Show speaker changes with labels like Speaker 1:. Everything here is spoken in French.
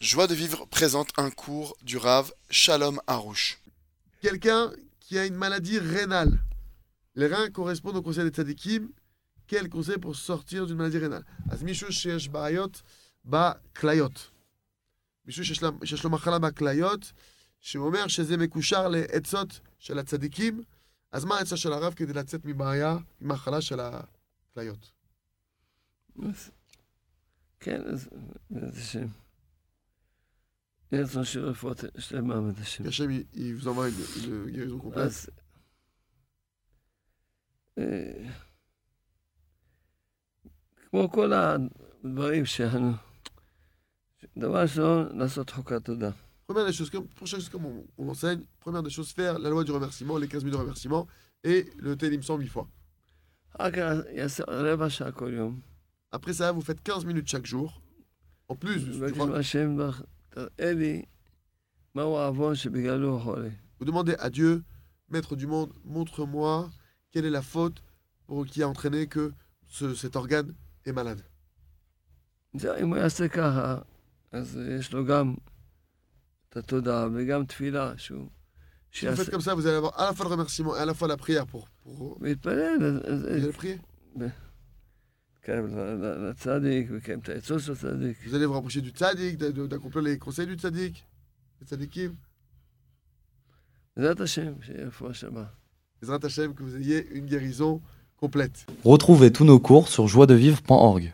Speaker 1: Joie de vivre présente un cours du Rav Shalom Harouche.
Speaker 2: Quelqu'un qui a une maladie rénale. Les reins correspondent au conseil des tzadikim. Quel conseil pour sortir d'une maladie rénale As Michou Shesh Barayot, Ba Klayot. Michou Shesh Lomachala Ba Klayot, שאומר שזה מקושר לעצות של הצדיקים, אז מה העצה של הרב כדי לצאת מבעיה, ממחלה של הכליות?
Speaker 3: אז- כן, אז בעזרת השם. יהיה רצון של רפואת שלמה בעזרת השם.
Speaker 2: השם י- יבזום עין, י- יריזו קומפלט.
Speaker 3: אז... אה, כמו כל הדברים שאנו... דבר ראשון, לעשות חוק התודה.
Speaker 2: Première des choses, comme, prochaine chose comme on, on enseigne, première des choses, faire la loi du remerciement, les 15 000 de remerciement, et le télim 100 000 fois.
Speaker 3: אחר כך יעשה רבע שעה כל יום.
Speaker 2: Après ça, vous faites 15 minutes chaque jour. En plus, du-
Speaker 3: מבקש
Speaker 2: du- vous
Speaker 3: מהשם, ברך, תראה לי מהו העוון שבגללו הוא חולה.
Speaker 2: demandez à Dieu, Maître du monde, montre-moi quelle est la faute pour- qui a entraîné que ce- cet organe est malade.
Speaker 3: זה, אם הוא יעשה ככה, אז יש לו גם את התודה וגם תפילה
Speaker 2: Si
Speaker 3: שהוא...
Speaker 2: vous
Speaker 3: שיעשה...
Speaker 2: faites comme ça, vous allez avoir à la fois le remerciement et à la fois la prière pour, pour...
Speaker 3: ויתפלל, אז- אז
Speaker 2: Vous allez prier.
Speaker 3: יתקרב ל- ל- לצדיק, ויקיים את העצות של הצדיק.
Speaker 2: Vous allez vous rapprocher du tzaddik, de- de- d'accomplir les conseils du tzaddik, les tzaddikim.
Speaker 3: בעזרת השם, שיהיה רפואה שמה.
Speaker 2: Les Hashem, que vous ayez une guérison complète.
Speaker 4: Retrouvez tous nos cours sur joiedevivre.org.